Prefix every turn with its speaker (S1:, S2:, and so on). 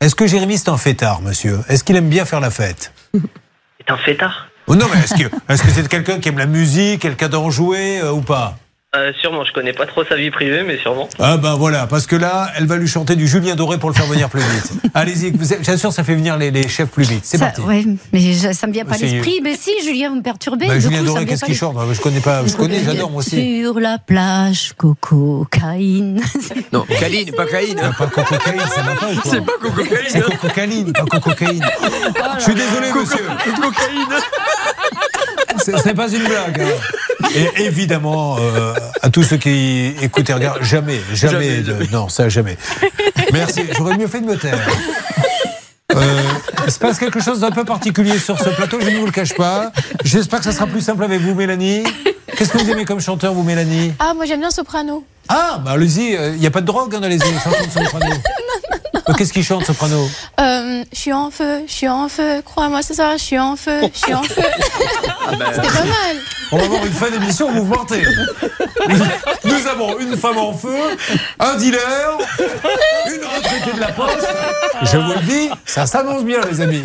S1: Est-ce que Jérémy, c'est un fêtard, monsieur Est-ce qu'il aime bien faire la fête
S2: C'est un fêtard.
S1: Oh Non, mais est-ce que est-ce que c'est quelqu'un qui aime la musique, quelqu'un d'en jouer euh, ou pas
S2: Euh, sûrement, je connais pas trop sa vie privée, mais sûrement.
S1: Ah ben voilà, parce que là, elle va lui chanter du Julien Doré pour le faire venir plus vite. Allez-y, vous êtes- j'assure, ça fait venir les, les chefs plus vite. C'est
S3: Ça-
S1: parti.
S3: ouais, mais je- ça me vient pas à
S1: Essayez.
S3: l'esprit. Mais si, Julien, vous me perturbez.
S1: Bah,
S3: du
S1: Julien
S3: coup, ça
S1: Doré,
S3: me vient
S1: qu'est-ce
S3: pas
S1: qu'il
S3: à
S1: chante Je connais pas, je connais, j'adore moi aussi.
S3: l'esprit. Sur la plage, coco, caïne.
S4: Non, Caline, pas Caline.
S1: Ah, Pas cocaïne, ça va pas ou quoi
S4: C'est pas Coco Caline. Oh
S1: C'est cocaïne, pas cocaïne. Oh, Je suis désolé, monsieur. Ce ce n'est pas une blague. hein. Et évidemment, euh, à tous ceux qui écoutent et regardent, jamais, jamais,
S4: Jamais,
S1: de- non, ça jamais. Merci, j'aurais mieux fait de me taire. Euh, il se passe quelque chose d'un peu particulier sur ce plateau, je ne vous le cache pas. J'espère que ça sera plus simple avec vous, Mélanie. Qu'est-ce que vous aimez comme chanteur, vous, Mélanie
S5: Ah, moi j'aime bien Soprano.
S1: Ah, bah allez-y, il n'y a pas de drogue hein, dans les chansons de soprano. Euh, Qu'est-ce qu'il chante, soprano
S5: Euh, je suis en feu, je suis en feu, crois-moi ce soir, je suis en feu, je suis en feu. C'était pas mal.
S1: On va avoir une fin d'émission mouvementée. Nous avons une femme en feu, un dealer, une retraitée de la poste. Je vous le dis, ça s'annonce bien, les amis.